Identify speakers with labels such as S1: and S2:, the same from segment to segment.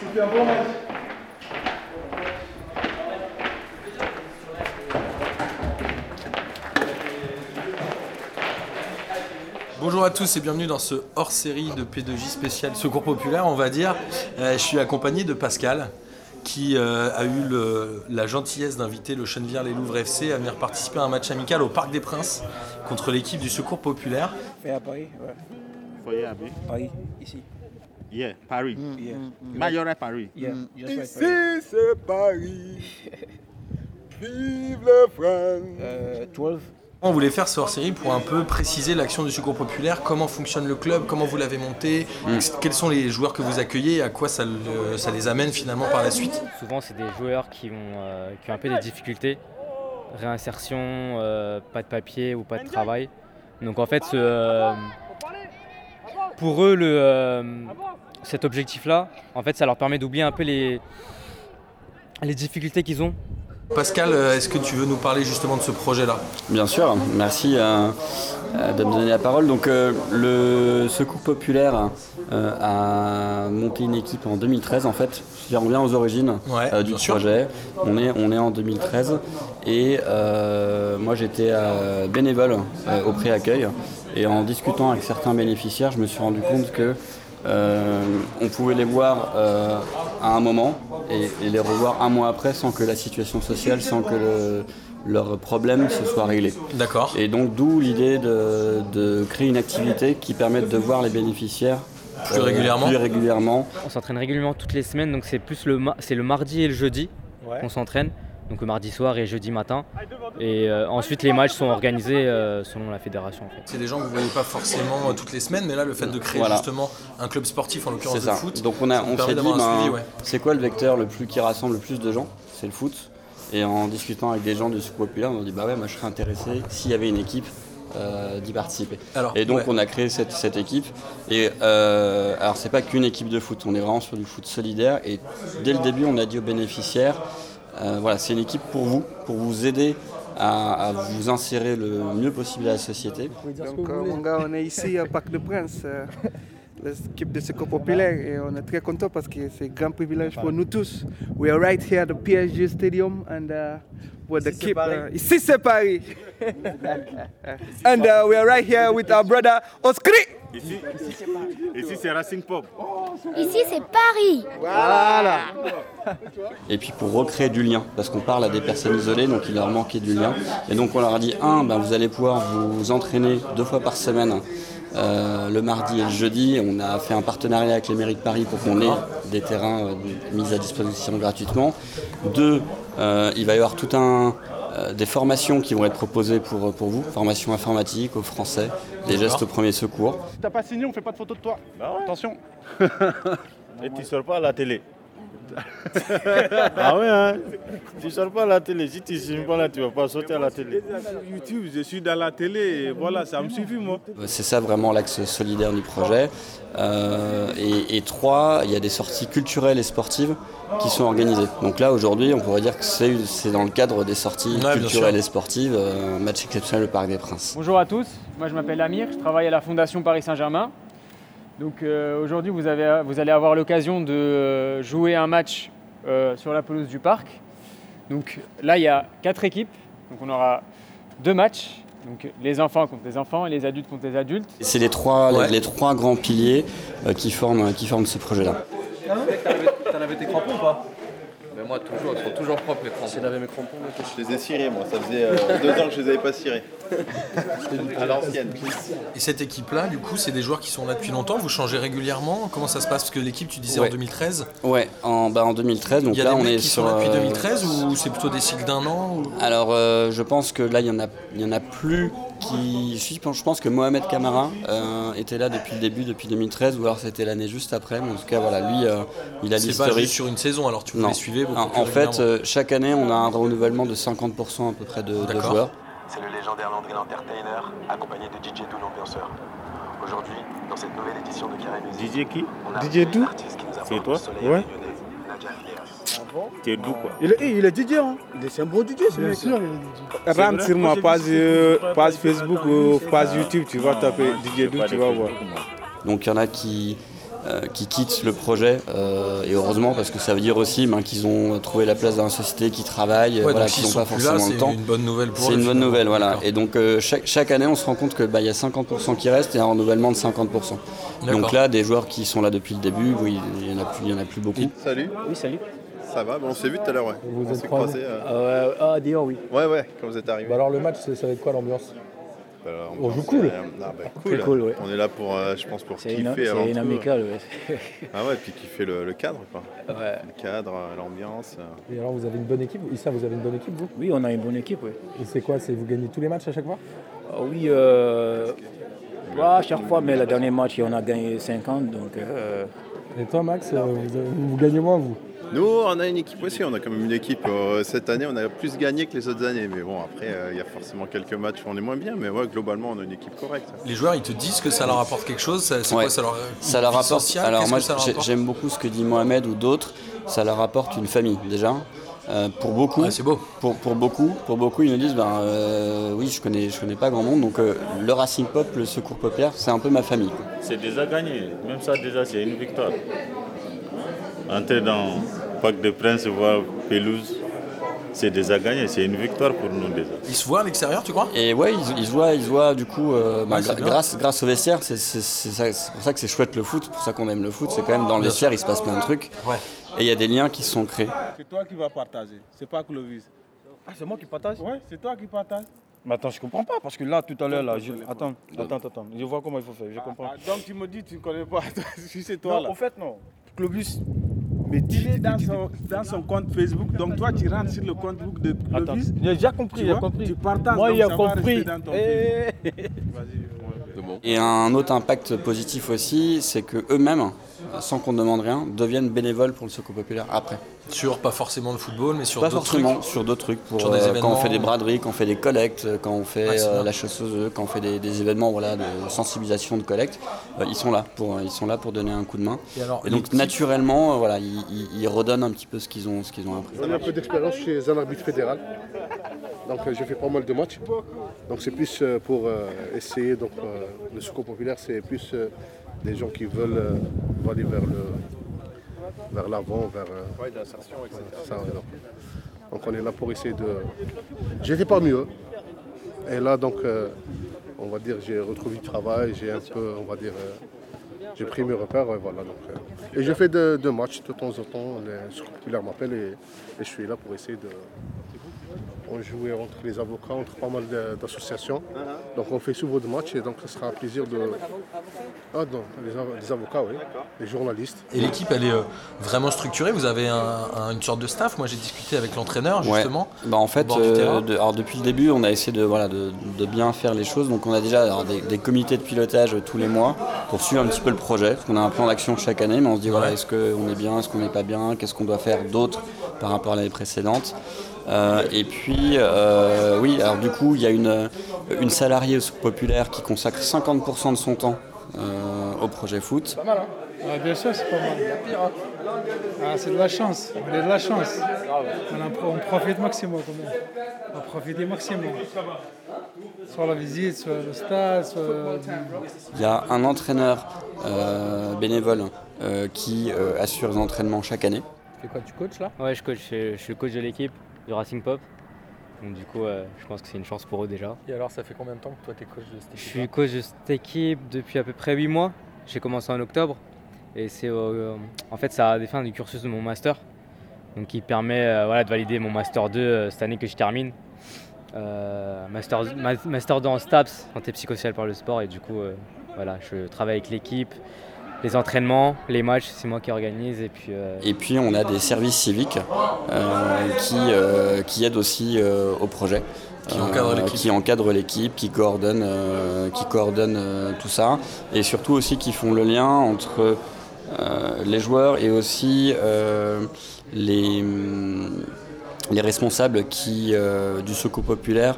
S1: C'était un bon match.
S2: Bonjour à tous et bienvenue dans ce hors-série de P2J spécial Secours Populaire, on va dire. Euh, je suis accompagné de Pascal, qui euh, a eu le- la gentillesse d'inviter le Chenevière-les-Louvres FC à venir participer à un match amical au Parc des Princes contre l'équipe du Secours Populaire.
S3: Fait à Paris, ouais.
S4: For yeah, abi?
S3: Paris, ici.
S4: Yeah, Paris.
S5: euh,
S3: Yeah.
S4: Majoré Paris.
S3: Yeah. Just right,
S6: Ici
S3: Paris.
S6: c'est Paris. Vive la France.
S3: Euh, 12.
S2: On voulait faire ce hors-série pour un peu préciser l'action du Secours Populaire, comment fonctionne le club, comment vous l'avez monté, quels sont les joueurs que vous accueillez, et à quoi ça, le- ça les amène finalement par la suite.
S7: Souvent, c'est des joueurs qui ont, euh, qui ont un peu des difficultés, réinsertion, euh, pas de papier ou pas de travail. Donc en fait, ce, euh, pour eux, le, euh, cet objectif-là, en fait, ça leur permet d'oublier un peu les, les difficultés qu'ils ont
S2: Pascal, euh, est-ce que tu veux nous parler justement de ce projet-là
S8: Bien sûr, merci euh, euh, de me donner la parole. Donc, euh, le Secours Populaire euh, a monté une équipe en 2013, en fait. Je reviens aux origines
S2: Ouais,
S8: euh, du
S2: bien sûr.
S8: projet. On est, on est en 2013 et euh, moi j'étais euh, bénévole euh, au pré-accueil et en discutant avec certains bénéficiaires, je me suis rendu compte que euh, on pouvait les voir euh, à un moment et, et les revoir un mois après sans que la situation sociale, sans que le- leur problème se soit réglé.
S2: D'accord.
S8: Et donc d'où l'idée de, de créer une activité qui permette de voir les bénéficiaires euh,
S2: Plus régulièrement.
S8: plus régulièrement
S7: On s'entraîne régulièrement toutes les semaines, donc c'est plus le, ma- c'est le mardi et le jeudi qu'on s'entraîne, donc le mardi soir et jeudi matin. Et euh, ensuite, les matchs sont organisés euh, selon la fédération. En fait.
S2: C'est des gens que vous voyez pas forcément euh, toutes les semaines, mais là, le fait de créer
S8: Voilà.
S2: justement un club sportif, en l'occurrence
S8: C'est
S2: de
S8: ça.
S2: foot,
S8: Donc on, a,
S2: ça vous
S8: on
S2: permet
S8: s'est dit,
S2: d'avoir un
S8: ben,
S2: suivi, ouais.
S8: c'est quoi le vecteur le plus qui rassemble le plus de gens C'est le foot. Et en discutant avec des gens du Secours populaire, on a dit bah ouais, moi je serais intéressé s'il y avait une équipe euh, d'y participer.
S2: Alors,
S8: Et donc
S2: ouais.
S8: on a créé cette, cette équipe. Et euh, alors c'est pas qu'une équipe de foot, on est vraiment sur du foot solidaire. Et dès le début, on a dit aux bénéficiaires, euh, voilà, c'est une équipe pour vous, pour vous aider à, à vous insérer le mieux possible à la société.
S6: Donc euh, mon gars, on est ici au Parc de Prince, euh, l'équipe de secours populaire et on est très content parce que c'est un grand privilège pour nous tous. We are right here at the PSG Stadium and uh, with the keep. uh, ici c'est Paris. and uh, we are right here with our brother Oskri.
S4: Ici, ici c'est Racing Pop.
S9: Ici, c'est Paris.
S8: et puis pour recréer du lien, parce qu'on parle à des personnes isolées, donc il leur manquait du lien. Et donc on leur a dit, un, ben vous allez pouvoir vous entraîner deux fois par semaine, euh, le mardi et le jeudi. On a fait un partenariat avec les mairies de Paris pour qu'on ait des terrains euh, mis à disposition gratuitement. Deux, euh, il va y avoir tout un... euh, des formations qui vont être proposées pour, pour vous, formation informatique, au français, des gestes au premier secours.
S10: T'as pas signé, on fait pas de photo de toi. Attention.
S4: Et tu sors pas à la télé. ah ouais, hein Tu sors pas à la télé. Si tu signes pas là, tu vas pas sauter à la télé.
S1: YouTube, je suis dans la télé et voilà, ça me suffit moi.
S8: C'est ça vraiment l'axe solidaire du projet. Euh, et, et trois, il y a des sorties culturelles et sportives qui sont organisées. Donc là, aujourd'hui, on pourrait dire que c'est c'est dans le cadre des sorties
S2: Ouais, bien
S8: culturelles
S2: sûr.
S8: et sportives, euh, un match exceptionnel au Parc des Princes.
S11: Bonjour à tous, moi je m'appelle Amir, je travaille à la Fondation Paris Saint-Germain. Donc euh, aujourd'hui vous, avez- vous allez avoir l'occasion de euh, jouer un match euh, sur la pelouse du parc. Donc là il y a quatre équipes, donc on aura deux matchs, donc les enfants contre les enfants et les adultes contre les adultes.
S8: C'est les trois, les-
S2: Ouais.
S8: les, trois grands piliers euh, qui, forment, qui forment ce projet-là.
S12: Mais moi toujours, ils sont toujours propres les crampons. lavé mes crampons
S13: Je les ai cirés, moi. Ça faisait euh, deux ans que je les avais pas cirés. À l'ancienne.
S2: Et cette équipe-là, du coup, c'est des joueurs qui sont là depuis longtemps, vous changez régulièrement, comment ça se passe Parce que l'équipe, tu disais en
S8: Ouais.
S2: 2013,
S8: Ouais, en, bah, en 2013, donc
S2: il y a
S8: là
S2: des
S8: on
S2: mecs
S8: est
S2: qui
S8: sur.
S2: sont là depuis
S8: euh,
S2: 2013 ou c'est plutôt des cycles d'un an ou-
S8: Alors, euh, je pense que là, il y en a, il y en a plus qui. si, Je pense, je pense que Mohamed Camara euh, était là depuis le début, depuis 2013, ou alors c'était l'année juste après. Mais en tout cas, voilà, lui, euh, il a
S2: C'est pas juste
S8: l'historique.
S2: sur une saison, alors tu vous
S8: Non.
S2: les suivez beaucoup
S8: En,
S2: plus
S8: en fait,
S2: régulièrement.
S8: euh, chaque année, on a un renouvellement de 50% à peu près de, de
S2: D'accord.
S8: joueurs.
S12: C'est le légendaire Landry l'Entertainer, accompagné de DJ Dou l'ambianceur. Aujourd'hui, dans cette nouvelle édition de Carré Musique,
S4: DJ qui
S12: on a
S10: DJ Dou
S12: l'artiste qui nous
S4: C'est
S12: apporte
S4: toi
S12: le soleil
S10: Ouais.
S12: réunionnais, Nadia Rivière.
S4: Tu es doux, quoi.
S10: Il est, il est DJ, hein. C'est un bon DJ, ce mec.
S6: Rentre sur ma page, euh, page Facebook ou page YouTube, tu vas taper DJ Dou,
S4: Pas
S6: tu
S4: des
S6: vas
S4: trucs
S6: voir.
S4: de moi.
S8: Donc il y en a qui, euh, qui quittent le projet. euh, et heureusement, parce que ça veut dire aussi ben, qu'ils ont trouvé la place dans la société, qu'ils travaillent, euh,
S2: Ouais,
S8: voilà,
S2: donc
S8: qu'ils
S2: s'ils
S8: n'ont pas
S2: sont plus là,
S8: forcément le
S2: c'est
S8: temps.
S2: une bonne nouvelle pour eux,
S8: C'est une bonne
S2: finalement.
S8: nouvelle, voilà.
S2: D'accord.
S8: Et donc, euh, chaque, chaque année, on se rend compte qu'il bah, il y a 50% qui restent et un renouvellement de 50%.
S2: D'accord.
S8: Donc là, des joueurs qui sont là depuis le début, oui, il n'y en, a plus- il y en a plus beaucoup.
S13: Salut.
S14: Oui, salut.
S13: Ça va Bon, On s'est vu tout à l'heure, ouais.
S14: Vous
S13: on
S14: êtes
S13: s'est
S14: trois,
S13: croisés.
S14: non
S13: euh,
S14: Ah, d'ailleurs, oui. Bah
S13: Ouais, ouais, quand vous êtes arrivés.
S14: alors, le match, ça va être quoi l'ambiance
S13: Bah, là,
S14: on joue
S13: pense,
S14: cool.
S13: euh, ah, bah, cool.
S14: Très cool, ouais.
S13: On est là pour, euh, je pense, pour
S14: C'est
S13: kiffer
S14: une- c'est
S13: avant
S14: une
S13: tout.
S14: amicale, ouais.
S13: ah ouais, puis kiffer le, le cadre, quoi. Le cadre, euh, l'ambiance. euh.
S14: Et alors, vous avez une bonne équipe Issa, vous avez une bonne équipe, vous
S5: Oui, on a une bonne équipe, oui.
S14: Et c'est quoi C'est vous gagnez tous les matchs à chaque fois
S5: Ah oui, euh,
S14: à
S5: chaque fois, mais le dernier match, on a gagné 50, donc. euh,
S14: Et toi, Max, euh, vous, avez- vous gagnez moins, vous
S13: Nous, on a une équipe aussi, on a quand même une équipe. Euh, cette année, on a plus gagné que les autres années. Mais bon, après, euh, il y a forcément quelques matchs où on est moins bien. Mais ouais, globalement, on a une équipe correcte.
S2: Les joueurs, ils te disent que ça leur apporte quelque chose. ça- C'est
S8: Ouais.
S2: quoi ça leur,
S8: Ça leur
S2: vie
S8: apporte.
S2: sociale,
S8: alors
S2: qu'est-ce
S8: moi,
S2: que ça leur
S8: j'ai-
S2: apporte
S8: j'aime beaucoup ce que dit Mohamed ou d'autres. Ça leur apporte une famille déjà. Euh, pour beaucoup,
S2: Ah,
S8: Pour, pour beaucoup, pour beaucoup, ils nous disent, ben euh, oui, je connais, je connais pas grand monde, donc euh, le Racing Pop, le Secours Populaire, c'est un peu ma famille. quoi.
S4: C'est déjà gagné. Même ça, déjà, c'est une victoire. Entrer dans Parc de Prince, voir pelouse, c'est déjà gagné. C'est une victoire pour nous déjà.
S2: Ils se voient à l'extérieur, tu crois
S8: Et ouais, ils, ils se voient, ils se voient du coup, euh, ben,
S2: Ouais, c'est
S8: gra-
S2: bien.
S8: grâce, grâce au vestiaire, c'est c'est- c'est ça- c'est pour ça que c'est chouette le foot, c'est pour ça qu'on aime le foot, c'est quand même dans le
S6: Bien
S8: vestiaire,
S6: sûr.
S8: il se passe plein de trucs,
S6: Ouais.
S8: et il y a des liens qui se sont créés.
S6: C'est toi qui vas partager, c'est pas Clovis. Ah, c'est moi qui partage Ouais, c'est toi qui partage.
S3: Mais attends, je comprends pas, parce que là, tout à l'heure, là, je... attends, attends, attends, attends, je vois comment il faut
S1: Ah,
S3: faire, je comprends.
S6: donc tu me dis tu ne connais pas, si c'est
S3: toi,
S6: toi
S3: là.
S6: là. fait non.
S3: Clovis,
S1: Il est dans son, dans son compte Facebook, donc toi tu rentres sur le compte Facebook de Clovis.
S3: J'ai déjà compris,
S1: tu
S3: j'ai
S1: vois,
S3: compris.
S1: Tu partages,
S3: Moi,
S1: donc
S3: j'ai
S1: ça va
S3: compris.
S1: rester dans ton
S3: Eh.
S1: fil.
S8: Et un autre impact positif aussi, c'est que eux-mêmes, sans qu'on demande rien, deviennent bénévoles pour le secours populaire après.
S2: Sur pas forcément le football, mais sur
S8: Pas
S2: d'autres
S8: forcément,
S2: trucs.
S8: sur d'autres trucs, pour,
S2: Sur des
S8: euh, quand on
S2: événements.
S8: fait des braderies, quand on fait des collectes, quand on fait
S2: Ouais, c'est
S8: euh,
S2: bien.
S8: la chasseuse, quand on fait des, des événements voilà, de sensibilisation de collecte, euh, ils sont là pour ils sont là pour donner un coup de main.
S2: Et alors,
S8: donc
S2: l'équipe-
S8: naturellement, euh, voilà, ils, ils- ils redonnent un petit peu ce qu'ils ont ce qu'ils ont appris.
S11: On a un peu d'expérience chez un arbitre fédéral. Donc euh, j'ai fait pas mal de matchs. Donc c'est plus euh, pour euh, essayer. Donc euh, le secours populaire, c'est plus euh, des gens qui veulent euh, aller vers le vers l'avant, vers euh, ça. ouais, donc. Donc, on est là pour essayer de. J'étais parmi eux. Et là donc euh, on va dire j'ai retrouvé du travail, j'ai un peu, on va dire. euh, j'ai pris mes repères, ouais, voilà. Donc, euh. Et je fais deux deux matchs de temps en temps. Le secours populaire m'appelle et, et je suis là pour essayer de, on jouait entre les avocats, entre pas mal de- d'associations. Donc on fait souvent de matchs et donc ce sera un plaisir de. Ah non, les, av- les avocats, oui. Les journalistes.
S2: Et l'équipe, elle est euh, vraiment structurée. Vous avez un- un- une sorte de staff. Moi, j'ai discuté avec l'entraîneur,
S8: Ouais.
S2: justement.
S8: Bah, en
S2: au
S8: fait,
S2: bord du
S8: euh,
S2: terrain.
S8: de- alors, depuis le début, on a essayé de, voilà, de, de bien faire les choses. Donc on a déjà alors, des, des comités de pilotage euh, tous les mois pour suivre un petit peu le projet. Parce qu'on a un plan d'action chaque année, mais on se dit voilà,
S2: Ouais.
S8: est-ce qu'on est bien, est-ce qu'on n'est pas bien, qu'est-ce qu'on doit faire d'autre par rapport à l'année précédente. Euh, et puis, euh, oui, alors du coup, il y a une, euh, une salariée populaire qui consacre 50% de son temps euh, au projet foot.
S15: Pas mal, hein Bien sûr, c'est pas mal. Ah, c'est de la chance, on a de la chance. On, en pro- on profite maximum quand même. On profite maximum. Soit la visite, soit le stade, soit...
S8: Il y a un entraîneur euh, bénévole euh, qui euh, assure les entraînements chaque année.
S7: C'est quoi, tu coaches là Ouais, je coach. euh, Je, je suis le coach de l'équipe de Racing Pop. Donc, du coup, euh, je pense que c'est une chance pour eux déjà.
S2: Et alors, ça fait combien de temps que toi, t'es coach de cette
S7: Je suis coach de cette équipe depuis à peu près 8 mois. J'ai commencé en octobre. Et c'est euh, en fait, ça a des fins du cursus de mon master. Donc, qui permet euh, voilà, de valider mon master 2 euh, cette année que je termine. Euh, master, ma- master 2 en STAPS, santé psychosociale par le sport. Et du coup, euh, voilà, je travaille avec l'équipe, les entraînements, les matchs, c'est moi qui organise. Et puis, euh,
S8: Et puis on a des services civiques euh, qui, euh, qui aident aussi euh, au projet.
S2: Qui encadrent l'équipe.
S8: Euh, qui encadrent l'équipe, qui coordonnent, euh, qui coordonnent, euh, tout ça, et surtout aussi qui font le lien entre euh, les joueurs et aussi euh, les, hum, les responsables qui, euh, du secours populaire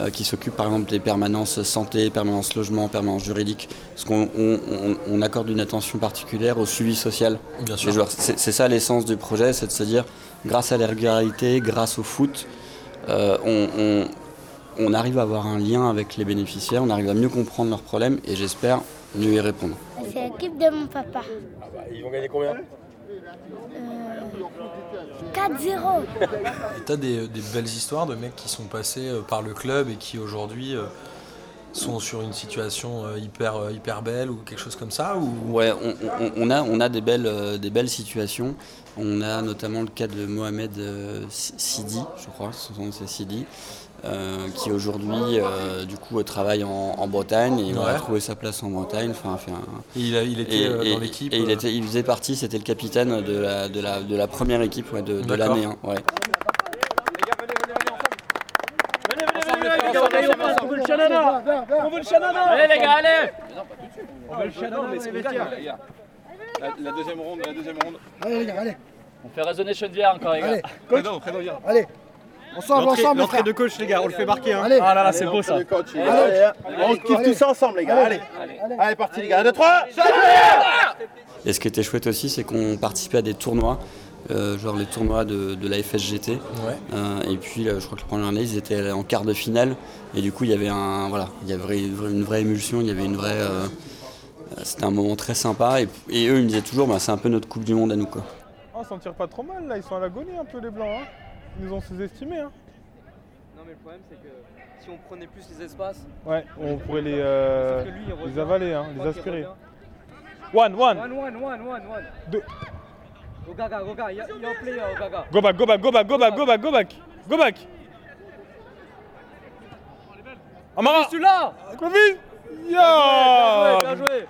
S8: euh, qui s'occupent par exemple des permanences santé, permanences logement, permanences juridiques, parce qu'on on- on- on accorde une attention particulière au suivi social
S2: Bien
S8: des
S2: sûr.
S8: joueurs. C'est c'est ça l'essence du projet, c'est de se dire, grâce à la régularité, grâce au foot, euh, on, on- on arrive à avoir un lien avec les bénéficiaires, on arrive à mieux comprendre leurs problèmes et j'espère mieux y répondre.
S9: C'est l'équipe de mon papa.
S2: Ah bah,
S9: Euh,
S2: Ils vont gagner combien
S9: 4-0.
S2: Et t'as des, des belles histoires de mecs qui sont passés euh, par le club et qui aujourd'hui euh, sont sur une situation euh, hyper, euh, hyper belle ou quelque chose comme ça ou...
S8: Ouais, on, on- on a, on a des, belles, euh, des belles situations. On a notamment le cas de Mohamed euh, Si- Sidi, je crois, son nom c'est Sidi, euh, qui aujourd'hui euh, du coup travaille en, en Bretagne et il a
S2: Ouais.
S8: trouvé sa place en Bretagne. Enfin, fait un-
S2: Et il a- il était, euh, dans
S8: et-
S2: l'équipe,
S8: Et il,
S2: euh.
S8: était, il faisait partie, c'était le capitaine de la, de la, de la première équipe ouais, de, de
S2: D'accord.
S8: l'année. hein, ouais.
S16: On veut le Shanana On veut le Shanana
S5: Allez, les gars, allez
S16: On veut le Shanana, mais c'est les gars.
S6: La, la deuxième ronde, la deuxième ronde.
S17: Allez, les gars, allez.
S7: On fait résonner Chenevière encore, les
S17: Allez,
S7: gars.
S17: coach.
S6: Prénom, prénom, viens.
S17: Allez. Ensemble,
S6: L'entrée-
S17: ensemble, les
S6: L'entrée
S17: frères.
S6: de coach, les gars, on le fait marquer. Hein.
S17: Allez.
S6: Ah là là, c'est beau ça. Allez, on kiffe tous ça ensemble, les gars. Allez, allez, parti, les gars. 1, 2, 3,
S8: Et ce qui était chouette aussi, c'est qu'on participait à des tournois, euh, genre les tournois de, de la FSGT. Euh, et puis, là, je crois que le premier année, ils étaient en quart de finale. Et du coup, il y avait, un, voilà, il y avait une vraie- une vraie émulsion, il y avait une vraie. euh, euh, c'était un moment très sympa. Et, et eux, ils me disaient toujours, bah, c'est un peu notre Coupe du Monde à nous. Quoi.
S1: On Ah, s'en tire pas trop mal là, ils sont à l'agonie un peu les blancs. Hein. Ils nous ont sous-estimés. Hein.
S16: Non, mais le problème, c'est que si on prenait plus les espaces.
S1: Ouais, on pourrait les, euh,
S16: Sauf que lui, il revient.
S1: les avaler, hein,
S16: Je
S1: les
S16: crois qu'il
S1: aspirer.
S16: revient.
S1: One, one,
S16: One, one, one, one, one.
S1: Deux.
S16: Ogaga, Ogaga, y'a un player, Ogaga.
S1: go back, go back, go back, go back, go back, go back, go back. Amara
S16: Celui-là
S1: Clovis
S16: Bien
S1: Yo
S16: joué, bien joué.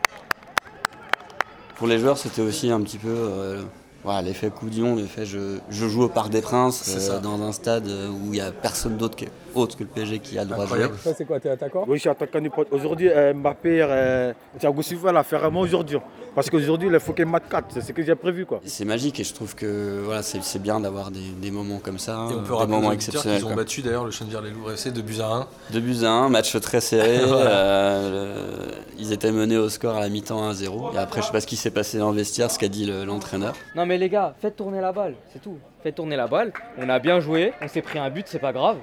S8: Pour les joueurs, c'était aussi un petit peu euh, voilà, l'effet Coupe du Monde, l'effet je, je joue au Parc des Princes,
S14: C'est
S8: euh,
S14: ça.
S8: dans un stade euh, où il n'y a personne d'autre que, autre que le PSG qui a le droit de jouer.
S14: Toi, c'est quoi T'es attaquant
S6: Oui, je suis attaquant du pote. Aujourd'hui, euh, Mbappé, euh, Thiago Silva l'a fait vraiment aujourd'hui. hein. Parce qu'aujourd'hui, il faut qu'il mate 4. C'est ce que j'ai prévu. quoi.
S8: C'est magique et je trouve que voilà, c'est c'est bien d'avoir des, des moments comme ça,
S2: Et on peut
S8: des
S2: rappeler
S8: moments
S2: aux auditeurs
S8: exceptionnels.
S2: qu'ils ont
S8: quoi.
S2: battu d'ailleurs le Chenevière les Louvres FC de buts à 1.
S8: Deux buts à un, match très serré.
S2: Voilà.
S8: euh, le- ils étaient menés au score à la mi-temps 1-0. Et après, je sais pas ce qui s'est passé dans le vestiaire, ce qu'a dit le- l'entraîneur.
S7: Non mais les gars, faites tourner la balle, c'est tout. Faites tourner la balle, on a bien joué, on s'est pris un but, c'est pas grave.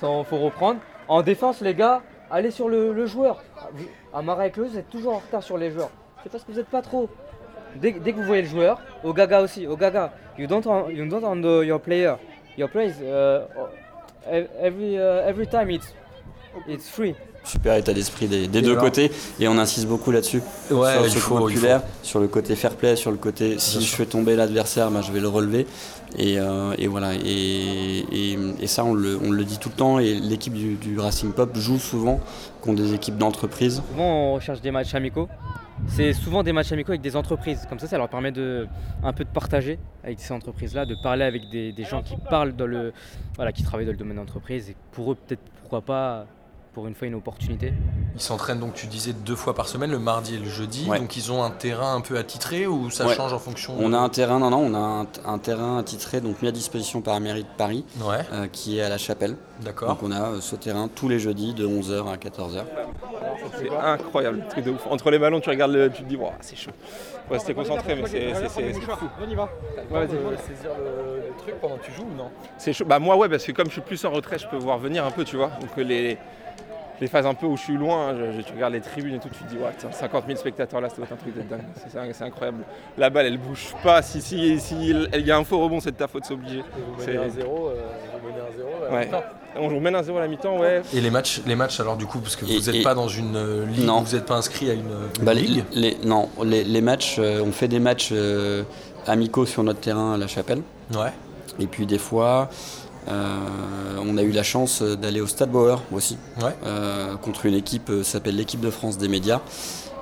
S7: Ça, on- faut reprendre. En défense, les gars, allez sur le, le joueur. Ah, Vous- À Marrakech, vous êtes toujours en retard sur les joueurs. C'est parce que vous êtes pas trop. Dès, dès que vous voyez le joueur, au gaga aussi, au gaga. You don't, on- you don't on the- your player. Your player is, uh, ev- every, uh, every time it's, it's free.
S8: Super état d'esprit des, des
S7: Et
S8: deux
S7: alors
S8: côtés. Et on insiste beaucoup là-dessus.
S2: Ouais,
S8: sur
S2: il
S8: ce
S2: faut,
S8: coup
S2: il
S8: populaire, sur le côté fair play, sur le côté si
S2: Bien
S8: je
S2: sûr.
S8: fais tomber l'adversaire, bah, je vais le relever. Et, euh, et voilà. Et, et- et ça, on le, on le dit tout le temps. Et l'équipe du, du Racing Pop joue souvent contre des équipes d'entreprise.
S7: Souvent, on recherche des matchs amicaux. C'est souvent des matchs amicaux avec des entreprises. Comme ça, ça leur permet de un peu de partager avec ces entreprises-là, de parler avec des, des gens qui parlent dans le, voilà, qui travaillent dans le domaine d'entreprise. Et pour eux, peut-être pourquoi pas, pour une fois, une opportunité.
S2: Ils s'entraînent donc, tu disais, deux fois par semaine, le mardi et le jeudi.
S8: Ouais.
S2: Donc ils ont un terrain un peu attitré ou ça
S8: Ouais.
S2: change en fonction
S8: On a un terrain, non, non, on a un, un terrain attitré, donc mis à disposition par la mairie de Paris,
S2: Ouais.
S8: euh, qui est à la chapelle.
S2: D'accord.
S8: Donc on a euh, ce terrain tous les jeudis de 11h à 14h.
S6: C'est incroyable, truc de ouf. Entre les ballons, tu regardes, le- tu te dis, Waouh, c'est chaud. Faut rester concentré, mais c'est- c'est c'est- c'est fou.
S14: On y va.
S6: Ouais, vas-y.
S14: saisir le, le truc pendant que tu joues ou non
S6: C'est chaud. Bah moi ouais parce que comme je suis plus en retrait, je peux voir venir un peu, tu vois. Donc euh, les, les phases un peu où je suis loin, je, je- tu regardes les tribunes et tout, tu te dis ouais, tiens, 50 000 spectateurs là, ça doit être un truc de dingue. C'est- C'est c'est incroyable. La balle, elle bouge pas. Si si si il y a un faux rebond, c'est de ta faute, c'est obligé.
S14: Vous
S6: C'est-
S14: menez un 0, vous menez un euh, 0.
S6: Ouais. On on mène un 0 à la mi-temps, ouais.
S2: Et les matchs, les matchs alors du coup, parce que
S8: Et-
S2: vous n'êtes
S8: et-
S2: pas dans une euh, ligue,
S8: Non.
S2: vous n'êtes pas inscrit à une, euh, une
S8: Bah, les-
S2: ligue.
S8: les- non, les, les matchs, euh, on fait des matchs euh, amicaux sur notre terrain à la chapelle.
S2: Ouais.
S8: Et puis des fois, euh, on a eu la chance d'aller au Stade Bauer aussi,
S2: Ouais.
S8: Euh, contre une équipe, euh, ça s'appelle l'équipe de France des médias.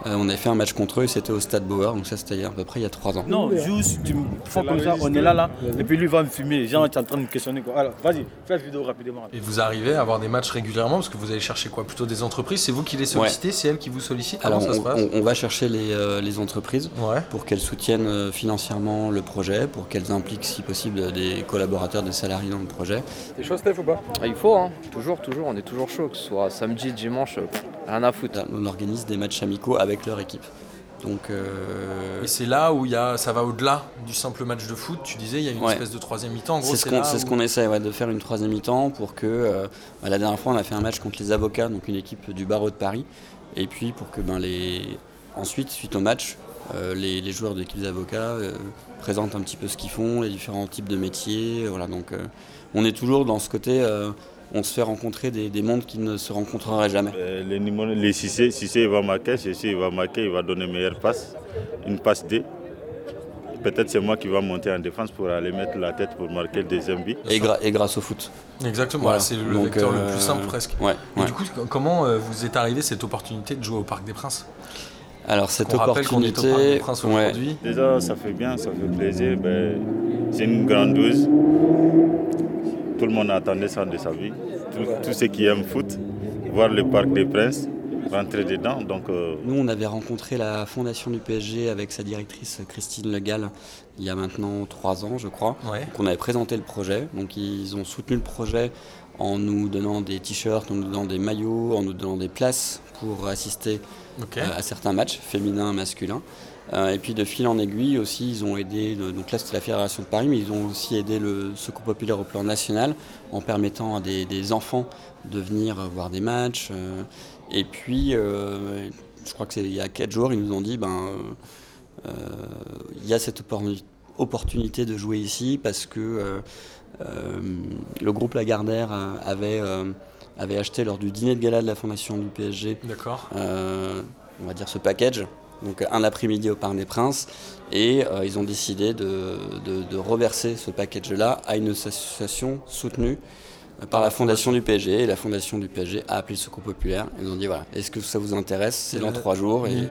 S8: Euh, on avait fait un match contre eux, et c'était au Stade Bauer, donc ça c'était à peu près il y a 3 ans.
S3: Non, juste, tu me fais
S8: C'est
S3: comme
S8: la
S3: ça, on
S8: résistance.
S3: est là, là.
S8: Vas-y.
S3: Et puis lui va me fumer. Genre, tu es en train de me questionner. Quoi. Alors, vas-y, fais la vidéo rapidement.
S2: Et vous arrivez à avoir des matchs régulièrement parce que vous allez chercher quoi Plutôt des entreprises C'est vous qui les sollicitez C'est elles qui vous sollicitent
S8: Alors,
S2: Comment ça se
S8: on,
S2: passe
S8: on- on va chercher les, euh, les entreprises pour qu'elles soutiennent euh, financièrement le projet, pour qu'elles impliquent si possible des collaborateurs, des salariés dans le projet.
S14: T'es chaud, Steph, ou pas
S18: Ah, il faut, hein. toujours, toujours, on est toujours chaud, que ce soit samedi, dimanche, euh, pff, rien à foutre.
S8: On organise des matchs amicaux avec leur équipe. Donc, euh,
S2: Et c'est là où il y a, ça va au-delà du simple match de foot. Tu disais, il y a une
S8: Ouais.
S2: espèce de troisième mi-temps. En gros,
S8: C'est ce qu'on
S2: là
S8: c'est ce
S2: où-
S8: qu'on essaie ouais, de faire une troisième mi-temps pour que. euh, bah, la dernière fois, on a fait un match contre les avocats, donc une équipe du barreau de Paris. Et puis pour que ben, les, Ensuite, suite au match, euh, les, les joueurs de l'équipe d'avocats euh, présentent un petit peu ce qu'ils font, les différents types de métiers. Voilà, donc euh, on est toujours dans ce côté, euh, on se fait rencontrer des, des mondes qui ne se rencontreraient jamais.
S4: Euh, Les numéros, les Cissé, Cissé, il va marquer, Cissé il va marquer, il va donner meilleure passe, une passe D. Peut-être c'est moi qui va monter en défense pour aller mettre la tête pour marquer le deuxième but.
S8: Et, gra- et grâce au foot.
S2: Exactement,
S8: Voilà.
S2: c'est le
S8: Donc,
S2: vecteur le
S8: euh,
S2: plus simple presque.
S8: ouais,
S2: Et
S8: ouais.
S2: du coup, c- comment euh, vous est arrivée cette opportunité de jouer au Parc des Princes
S8: Alors cette
S2: Qu'on rappelle qu'on est au
S8: opportunité,
S2: Parc des Princes
S8: ouais.
S2: aujourd'hui.
S4: Déjà, ça fait bien, ça fait plaisir. ben, c'est une grande dose. Tout le monde attendait ça de sa vie. Tous tous ceux qui aiment foot, voir le Parc des Princes, rentrer dedans. Donc, euh,
S8: Nous, on avait rencontré la fondation du PSG avec sa directrice Christine Le Gall il y a maintenant trois ans, je crois.
S2: Ouais.
S8: Donc, on avait présenté le projet. Donc, ils ont soutenu le projet en nous donnant des t-shirts, en nous donnant des maillots, en nous donnant des places pour assister
S2: Ok.
S8: euh, à certains matchs, féminins, masculins. Euh, et puis de fil en aiguille aussi, ils ont aidé, le- donc là c'était la Fédération de Paris, mais ils ont aussi aidé le Secours Populaire au plan national en permettant à des, des enfants de venir euh, voir des matchs. euh, et puis, euh, je crois que c'est il y a 4 jours, ils nous ont dit, ben, euh, euh, il y a cette oppor- opportunité de jouer ici parce que euh, euh, le groupe Lagardère euh, avait, euh, avait acheté lors du dîner de gala de la Fondation du PSG,
S2: D'accord.
S8: euh, on va dire ce package, donc euh, un après-midi au Parc des Princes, et euh, ils ont décidé de, de- de reverser ce package-là à une association soutenue euh, par la fondation du PSG et la fondation du PSG a appelé le Secours Populaire. Ils ont dit voilà, est-ce que ça vous intéresse C'est dans
S2: Euh,
S8: trois jours et
S2: oui.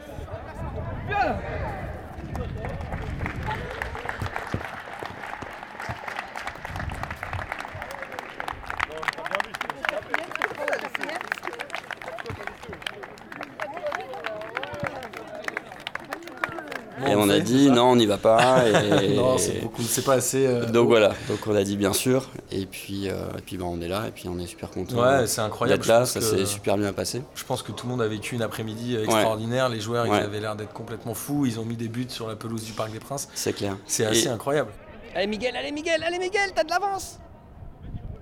S8: Et on a
S2: fait,
S8: dit
S2: c'est ça
S8: non, on n'y va pas. et-
S2: Non, c'est beaucoup, c'est pas assez, euh,
S8: Donc voilà, donc on a dit bien sûr. Et puis, euh, et puis bah, on est là, et puis on est super content.
S2: Ouais, c'est incroyable.
S8: d'être
S2: je
S8: là,
S2: pense
S8: ça
S2: que-
S8: s'est super bien passé.
S2: Je pense que tout le monde a vécu une après-midi euh, extraordinaire. Les joueurs, ils
S8: Ouais.
S2: avaient l'air d'être complètement fous. Ils ont mis des buts sur la pelouse du Parc des Princes.
S8: C'est clair.
S2: C'est assez
S8: Et-
S2: incroyable.
S16: Allez Miguel, allez Miguel, allez Miguel, t'as de l'avance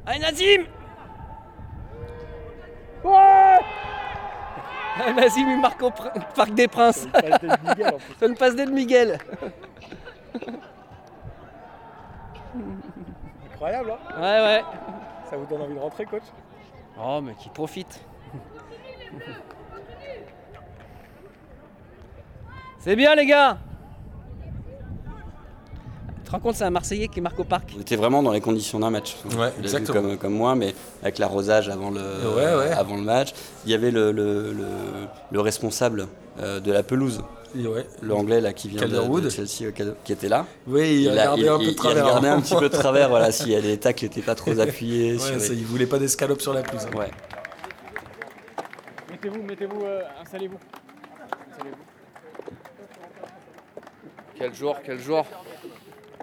S16: Allez Nazim Ouais Allez, Nazim, il marque au pr- Parc des Princes C'est une passe de Miguel
S14: Incroyable, hein
S16: Ouais, ouais.
S14: Ça vous donne envie de rentrer, coach
S16: Oh, mais qui profite C'est bien les gars Tu te rends compte, c'est un Marseillais qui marque au parc
S8: On était vraiment dans les conditions d'un match.
S2: Ouais,
S8: Tu l'as vu
S2: exactement.
S8: Comme, comme moi, mais avec l'arrosage avant le,
S2: Ouais, ouais.
S8: avant le match. Il y avait le, le- le- le responsable euh, de la pelouse.
S2: Et ouais.
S8: Le anglais là qui vient de- de,
S2: Calderwood.
S8: Chelsea euh, Cal- qui était là.
S2: Oui, il
S8: a-
S2: regardait un peu de
S8: il- il
S2: travers. hein.
S8: regardait un petit peu de travers, voilà, si les tacles n'étaient pas trop appuyés.
S2: Ouais,
S8: sur les-
S2: ça, il voulait pas d'escalope sur la pelouse. hein.
S8: Ouais.
S5: Mettez-vous, mettez-vous, euh, installez-vous.
S18: Quel joueur, quel joueur.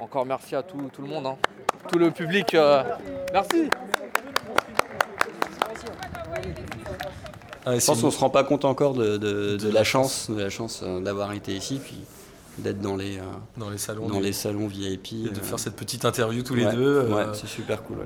S18: Encore merci à tout, tout le monde. hein. Tout le public. euh, Merci.
S8: je pense
S2: Ah c'est-
S8: qu'on se rend pas compte encore de, de- de la chance, de la chance euh, d'avoir été ici, puis d'être dans les euh,
S2: Dans les salons
S8: dans
S2: des-
S8: les salons VIP,
S2: Et de
S8: euh,
S2: faire cette petite interview tous les
S8: ouais,
S2: deux.
S8: ouais,
S2: euh,
S8: c'est super cool. ouais.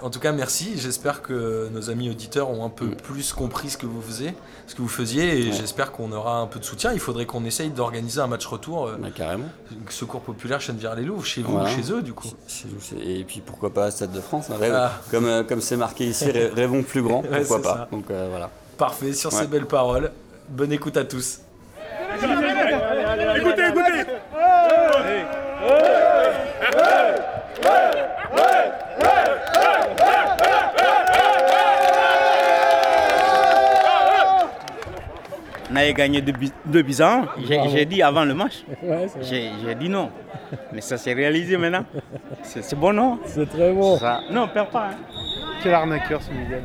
S2: En tout cas, merci. J'espère que nos amis auditeurs ont un peu plus compris ce que vous faisiez, ce que vous faisiez, et
S8: Mm. Ouais.
S2: j'espère qu'on aura un peu de soutien. Il faudrait qu'on essaye d'organiser un match retour. euh,
S8: carrément.
S2: Secours populaire, Chenevière les Louvres, chez vous,
S8: Voilà.
S2: chez eux, du coup.
S8: Chez nous, chez- Et puis pourquoi pas Stade de France hein, rêve-
S2: Ah.
S8: Comme euh, comme c'est marqué ici, rê- rêvons plus grand,
S2: Ouais,
S8: pourquoi
S2: c'est
S8: pas
S2: ça.
S8: Donc euh, voilà.
S2: Parfait. Sur
S8: Ouais.
S2: ces belles paroles, bonne écoute à tous.
S1: Écoutez, écoutez
S19: On avait gagné 2 deux buts à un. J'ai
S20: Bravo.
S19: j'ai dit avant le match.
S20: Ouais, c'est vrai.
S19: J'ai j'ai dit non. Mais ça s'est réalisé maintenant. C'est c'est bon, non
S20: C'est très bon.
S19: Non, on perd pas. hein.
S20: Quel arnaqueur ce Miguel.